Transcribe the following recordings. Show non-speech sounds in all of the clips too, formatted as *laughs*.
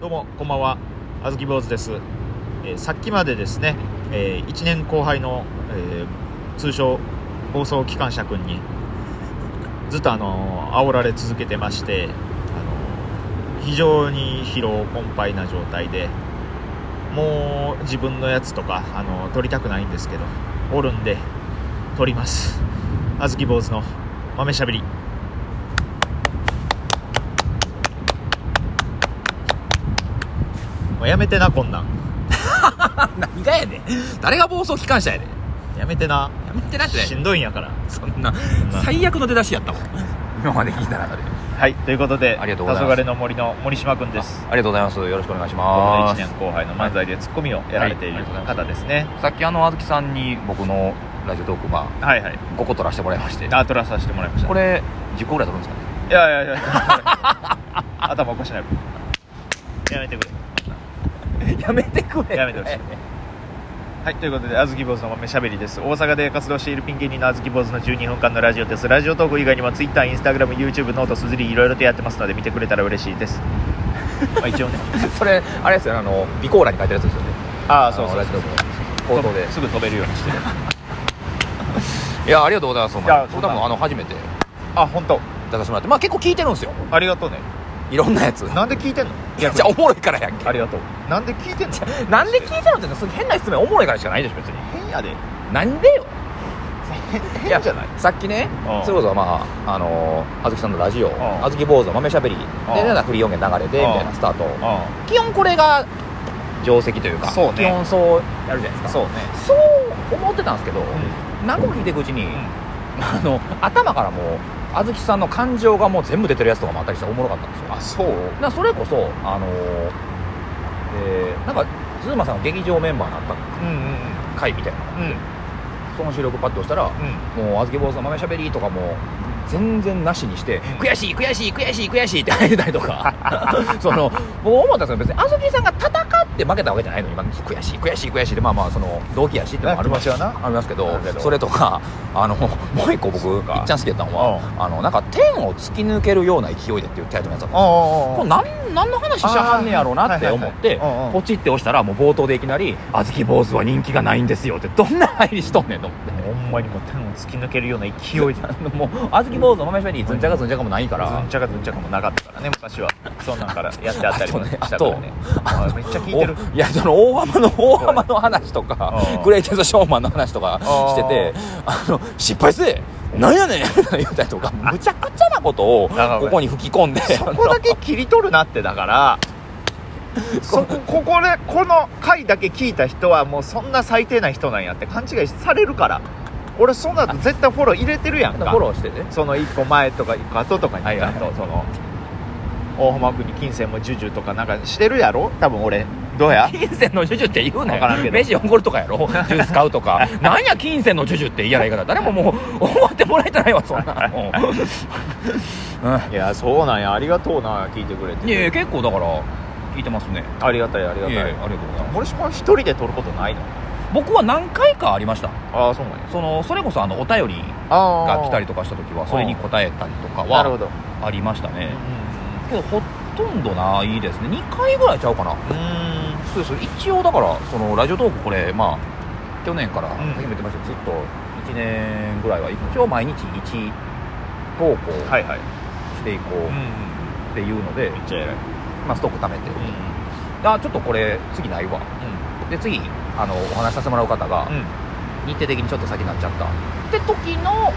どうもこんばんはあずき坊主です、えーさっきまでですね、え1年後輩の、えー通称暴走機関車くんにずっとあのー煽られ続けてまして、あのー非常に疲労困憊な状態でもう自分のやつとか、あのー撮りたくないんですけどおるんで撮りますあずき坊主の豆しゃべりもうやめてなこんなん何がやで誰が暴走機関車やでやめてなやめてなってないしんどいんやからそんなな最悪の出だしやったもん今まで聞いた中ではいということであ黄りがとうございます昏の森の森島君ですありがとうございますよろしくお願いし僕の1ます年後輩の漫才でツッコミをやられている方ですねさっきあのあずきさんに僕のラジオトークまはいはいあ5個取らせてもらいましてアートラさせてもらいましたこれ10個ぐらい取るんですかねいやいやい *laughs* や頭おかしないやめてく *laughs* やめてくれやめてほしいれはいということであずき坊主の豆しゃべりです大阪で活動しているピン芸人のあずき坊主の12分間のラジオですラジオ投稿以外にも TwitterInstagramYouTube ノートすずりいろいろとやってますので見てくれたら嬉しいですまあ一応 *laughs* ね *laughs* それあれですよねあの備考欄に書いてるやつですよねああそうそうラそジうオトークの口頭ですぐ飛べるようにしてるいやありがとうございますほんいまやにそん僕な多分あの初めてあ本当出させてもらってまあ結構聞いてるんですよありがとうねいろんなやつなんで聞いてんのじゃあおもろいからやんけありがとうなんで聞いてんのなんで聞いてるんですか変な質問おもろいからしかないでしょ別に変やでなんでよ変じゃないさっきねうんそれこそまああのーあずきさんのラジオんあずき坊主の豆しゃべりでなんかフリー音源流れてうんみたいなスタートう基本これが定石というかそうね基本そうやるじゃないでんすかそうねそう思ってたんですけどう何個も聞いていくうちにんあの頭からもうあずきさんの感情がもう全部出てるやつとかもあったりしておもろかったんですよあそうだからそれこそあのーえーなんか鈴間さんが劇場メンバーになっうたんうん回みたいなうんうんその収録パッと押したらもうあずき坊主の豆しゃべりとかも全然なしにして悔しい悔しい悔しい悔しいって入れたりとか *laughs* その僕思ったんですけど別にあずきさんが戦って負けたわけじゃないのに今悔しい悔しい悔しいってまあまあその同期やしってのもあります気持ちはなありますけあどるけどそれとかあのもう一個僕そいうっちかゃん好きやったのは「あのなんか天を突き抜けるような勢いで」っていうタイトルのやつだったんですよこおれなんなんの話しちゃはんねやろうなって思ってあーはいはいはいうんうんポチって押したらもう冒頭でいきなり「あずき坊主は人気がないんですよ」ってどんな入りしとんねんと思って。ほんまにもう天を突き抜けるような勢いであのもう小豆坊主の豆しゃべりずんちゃかずんちゃかもないかずらんちゃかずんちゃかもなかったからね昔はそんなんからやってあったりもしたあかとらねねあめっちゃ聞いてるおいやその大浜の大浜の話とかうんグレイテストショーマンの話とかしててあの失敗せえなんやねん *laughs* 言ったりとかむちゃくちゃなことをだからここに吹き込んで *laughs* そこ *laughs* だけ切り取るなってだからそこここでこの回だけ聞いた人はもうそんな最低な人なんやって勘違いされるから俺その後絶対フォロー入れてるやんフかォローしてねその1個前とか1個後とかにはいちゃはいんとその大浜君に金銭もジュジュとかなんかしてるやろ多分俺どう *laughs* や金銭のジュジュって言うなわからんけよど飯おごるとか *laughs* やろジュース買うと *laughs* かなんや金銭のジュジュって嫌な言い方誰ももう思ってもらえてないわそんなのうんいやそうなんやありがとうな聞いてくれていやいや結構だから聞いてますねありがたいありいがやたいいやありがとうございます森島一人で撮ることないの僕は何回かありましたああそうなんやそのそれこそあのお便りあが来たりととかした時はそれに答えたりとかなるほはどありましたねうけどほとんどないですね2回ぐらいちゃうかなんうんそうです一応だからそのラジオトークこれまあ去年からん始めてましたけどずっと1年ぐらいは一応毎日1投稿はいはいしていこうんうっていうので、めっちゃ偉いまあ、ストック貯めて、うんあちょっとこれ次ないわで次あのお話しさせてもらう方が、うん日程的にちょっと先になっちゃったって時の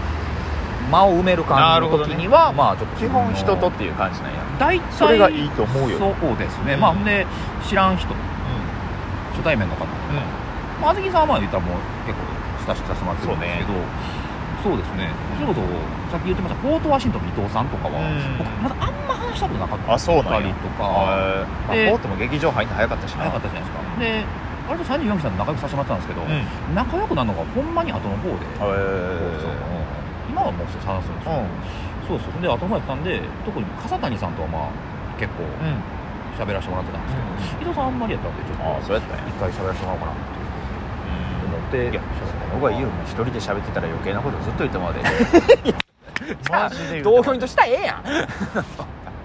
間を埋める感じの時には、まあちょっと基本人とっていう感じなんや大体それがいいと思うよそうですね、うんまあほんで知らん人う初対面の方んうんまああずきさんはまあ言ったらもう結構親しくさせてもらってるんですけどそう,、ですねそれこそさっき言ってましたフォートワシントンの伊藤さんとかは、うん僕まだあんま話したことなかったあそうなんりやとへーまかあでボートも劇場入んの早かったしな早かったじゃないですかで割と34期さんと仲良くさせてもらってたんですうんへけど、仲良くなるのがほんまに後の方で、そえう今はもうそう話すんですよ、そうそうで後の方やったんで特に笠谷さんとはまあ結う構んうん喋らせてもらってたんですけど、伊藤さんあんまりやったんでちょっあとあそうやったんや一回喋らせてもらおうかなとうん思っていや喋僕はいいよもう一人で喋ってたら余計なことずっと言ってもらうでマジで言うてまうでしたらええやん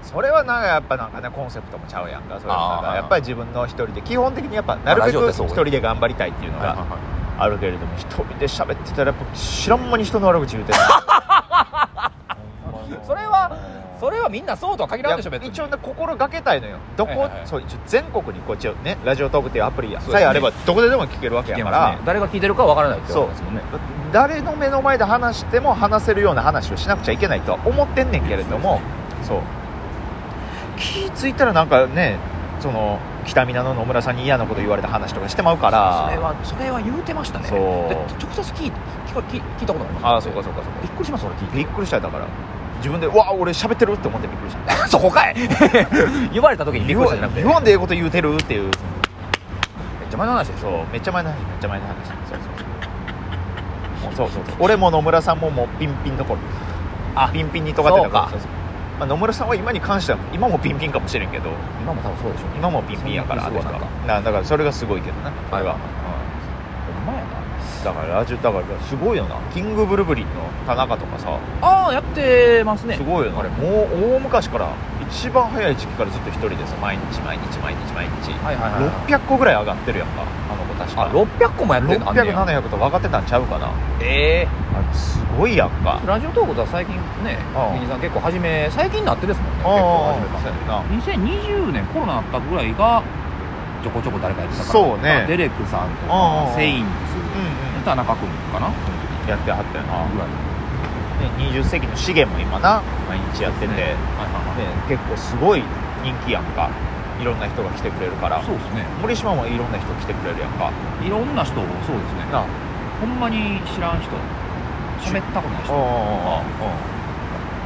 それはなんかやっぱなんかねコンセプトもちゃうやんかそれはなんあかーやっぱり自分の一人で基本的にやっぱなるべラジオっくてそう一人で頑張りたいっていうのはいはいがはいあるけれども一人で喋ってたらやっぱ知らん間に人の悪口言うてる *laughs* それはそれはみんなそうとは限らんでしょ別に一応ね心がけたいのよどこ、はいはいはいそう一応全国にこっちをねラジオトークっていうアプリやそうですねさえあればどこででも聞けるわけ聞やけかまら、すね誰が聞いてるかわからないってことですもんね誰の目の前で話しても話せるような話をしなくちゃいけないとは思ってんねんけれどもそう気付いたらなんかねその北南の野村さんに嫌なこと言われた話とかしてまうかそれらはそれは言うてましたねそうで直接聞い聞か聞聞いたことありますああそうかそうかそうかびっくりしますそれ聞いてびっくりしたよだから自分でうわ俺喋ってるって思ってびっくりした *laughs* そこかい *laughs* 言われた時にびっ日くりしたんじ本でゃなく日て本でええこと言うてるっていうめっちゃ前の話でしそょうめっちゃ前の話めっちゃ前の話そうそうもうそうそうそう俺も野村さんももうピンピンの頃あピンピンに尖ってたからそうかそうそうまあ、野村さんは今に関しては今もピンピンかもしれんけど今も多分そうでしょうね今もピンピンやからそあうの人なんはだなだからそれがすごいけどなそれは、はいほんまやなうんだからラジオだからすごいよなキングブルブリンの田中とかさ、ああやってますねすごいよなあれもう大昔から一番早い時期からずっと一人でさ毎日毎日毎日毎日はいはいはいはい600個ぐらい上がってるやんかあの子確あか600個もやってんのあんねや600700とか上がってたんちゃうかなええあれすごいやんかラジオトークは最近ねああ芸人さん結構始め最近になってですもんね結構あ始めたあ2020年コロナあったぐらいがちょこちょこ誰かやってたからそうねだからデレクさんとああかセインズう田中君かなそのんうんや時ってはったよなぐらいで20世紀の資源も今な毎日やってて、ねはいはいね、結構すごい人気やんかいろんな人が来てくれるからはいそうですね森島もいろんな人来てくれるやんかいろんな人そうですねなほんまに知らん人喋ったことない人あ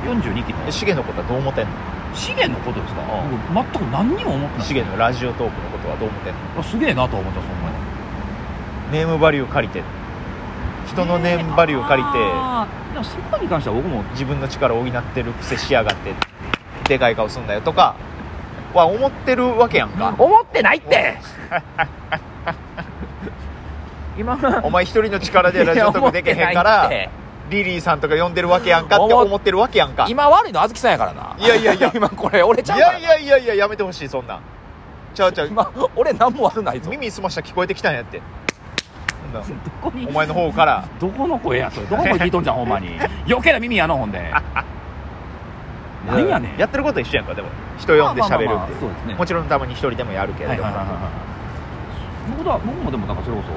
42期のでシゲのことはどう思ってんの資源のことですかああ僕全く何にも思ってないシゲのラジオトークのことはどう思ってんのあすげえなとは思ったそんなにネームバリュー借りて人のネームバリュー借りてあーでもそこに関しては僕も自分の力を補ってる癖しやがってでかい顔すんだよとかは思ってるわけやんか思ってないって *laughs* 今はお前一人の力でラジオトークできへんかいや思ってないらってリリーさんとか呼んでるわけやんかって思ってるわけやんか今悪いのあずきさんやからないやいやいや *laughs* 今これ俺ちゃういからやいやいやいややめてほしいそんなんちゃうちゃう今俺何も悪ないぞ耳すましたら聞こえてきたんやってなんだどこにお前の方からどこの声やそれどこの声聞いとんじゃんほんまに *laughs* 余計な耳やのほんでなんやねんやってること一緒やんかでも人呼んで喋るって、まあまあまあそうですねもちろんたまに一人でもやるけれはいどはもいはいはい僕は僕もでもなんかそれこそ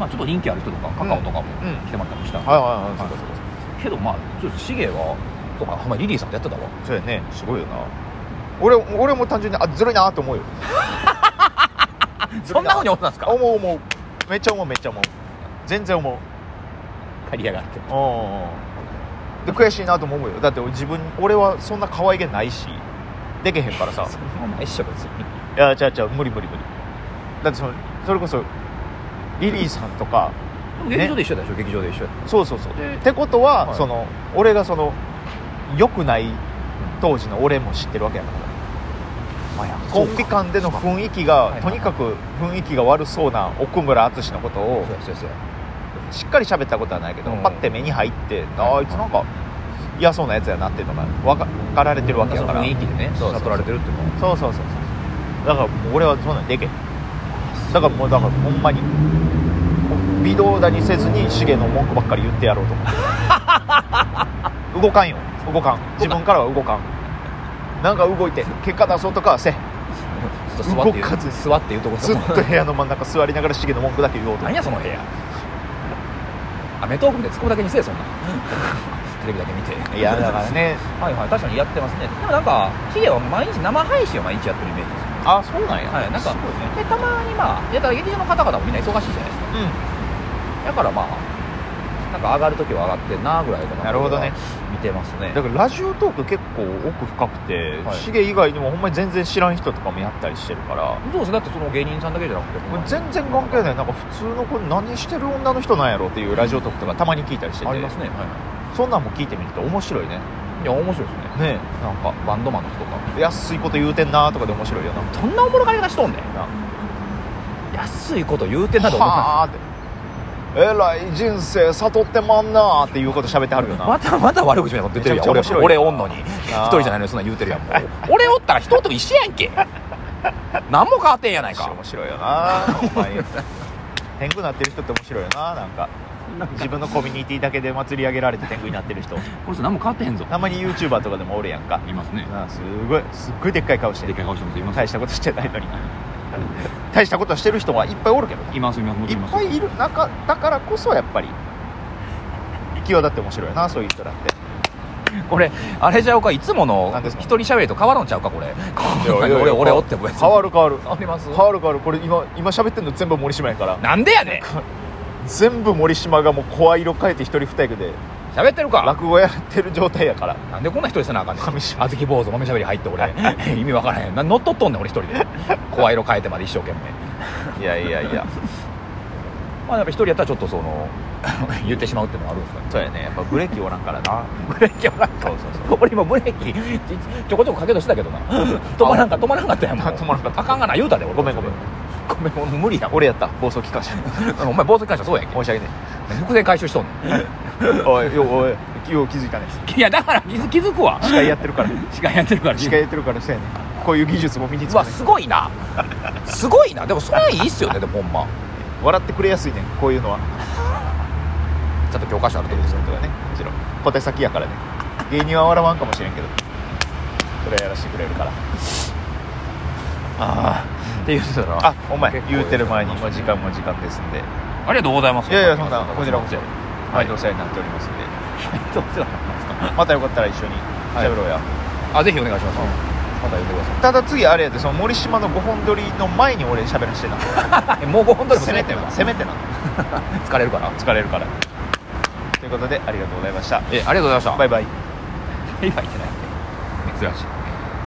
まあちょっと人気ある人とかカカオとかもうん来てもらったりしたんで、はいはいはいはそいうかそうかけどまあちょっとシゲはそうかほんまリリーさんとやってたわそうやねすごいよな俺俺も単純にあずるいなと思うよ *laughs* *laughs* そんなふうに思ったんですか思う思うめっちゃ思うめっちゃ思う全然思う借りやがってうんで悔しいなとも思うよだって俺自分俺はそんな可愛げないしでけへんからさ *laughs* そんなもん一緒別にいや違う違う無理無理無理だってそのそれこそリリーさんとかでも劇場で一緒だでしょ劇場で一緒やっそうそうそうでってことは、はいその俺がその良くない当時の俺も知ってるわけやからたまあやコンビ間での雰囲気がはいとにかく雰囲気が悪そうな奥村淳のことそうをやそうやそうやしっかり喋ったことはないけど、うんパッて目に入ってああいつなんか嫌そうなやつやなっていうのが分か分かられてるわけやからその雰囲気でねそうそうそう悟られてるっていうのはそうそうそうそうだからもう俺はそんなんでけへんだからもうだからほんまに微動だにせずにシゲの文句ばっかり言ってやろうと思って *laughs* 動かんよ動かん自分からは動かんなんか動いて結果出そうとかはせんずっと座って言動かずう座って言うとこずっと部屋の真ん中座りながらシゲの文句だけ言おうと思っ何てやその部屋アメトークで突っ込むだけにせえそんなん *laughs* テレビだけ見ていやだからねはいはい確かにやってますねでもなんかヒゲは毎日生配信を毎日やってるイメージですねあそうなんやはいなんかすごいねでたまにまあいやだから劇場の方々もみんな忙しいじゃないですかだからまあなんか上がる時は上がってんなぐらいかななるほどね見てますねうんだからラジオトーク結構奥深くてはいシゲ、以外にもほんまに全然知らん人とかもやったりしてるからそうですねだってその芸人さんだけじゃなくてこれ全然関係ないなんか普通のこれ何してる女の人なんやろっていうラジオトークとかたまに聞いたりしててありますねはそんなんも聞いてみると面白いねいいや面白いですねねなんかバンドマンの人とかえ安いこと言うてんなとかで面白いよなどんなおもろがりがしとんねんな安いこと言うてんなと思ったはあってえらい人生悟ってまんなーっていうこと喋ってはるよなまたまた悪口みたいなこと言ってるやんめちゃくち俺ゃ面白い俺おんのにあー一人じゃないのにそんなん言うてるやんもう俺おったら人と一緒やんけ何も変わってんやないか面白いよなお *laughs* 前天狗なってる人って面白いよななんか自分のコミュニティだけで祭り上げられて天狗になってる人この人何も変わってへんぞたまに YouTuber とかでもおるやんかいますねなあすごいすっごいでっかい顔してでっるかい顔してますいます大したことしてないのに大したことしてる人はいっぱいおるけどいますいますいっぱいいる中だからこそやっぱり勢いだって面白いよなそういう人だってこれあれちゃうかいつもの何ですか一人喋りと変わらんちゃうかこれいやいや俺俺おっても変わる変わるあります変わる変わるこれ今今喋ってんの全部森島やからなんでやねん全部森島がもう声色変えて一人二役で喋ってるか落語やってる状態やからなんでこんな一人せなあかんねん上小島豆坊主豆しゃべり入って *laughs* 俺意味わからへんな乗っ取っとんねん俺一人で声色変えてまで一生懸 *laughs* 命いやいやいやまあやっぱ一人やったらちょっとその *laughs* 言ってしまうっていうのはあるんですかねそうやねやっぱブレーキおらんからなブレーキはなんかそうそう俺今ブレーキちちょこちょこかけとしてたけど *laughs* な止まらんか止まらんかったやんもうあ止まらんかったあかんがな言うたで俺ごめんごめんごめんもう無理や俺やった暴走機関車お前暴走感謝そうやんけ申し訳ね伏線回収しとんね *laughs* えおいよおいよう気づいたねんいやだから気づ気づくわ司会やってるから司会やってるから司会やってるからそうやねこういう技術も身につうかわないすごいなすごいなでもそれいいっすよねでもほんま笑ってくれやすいねんこういうのはちゃんと教科書あるってことですよとかねもちろん小手先やからね芸人は笑わんかもしれんけどそれやらしてくれるからああって言ってたらあお前言うてる前にもう時間も時間ですんでありがとうございますいやいやそんなこちらこそは毎い度お世話になっておりますんでどうせなんですかまたよかったら一緒に喋ろうや、あぜひお願いしますまた呼んでくださいただ次あれやでその森島の5本撮りの前に俺喋らして *laughs* なえもう本当にせめてなせめてな疲れるから疲れるからということでありがとうございましたえありがとうございましたバイバイバイバイってない珍しい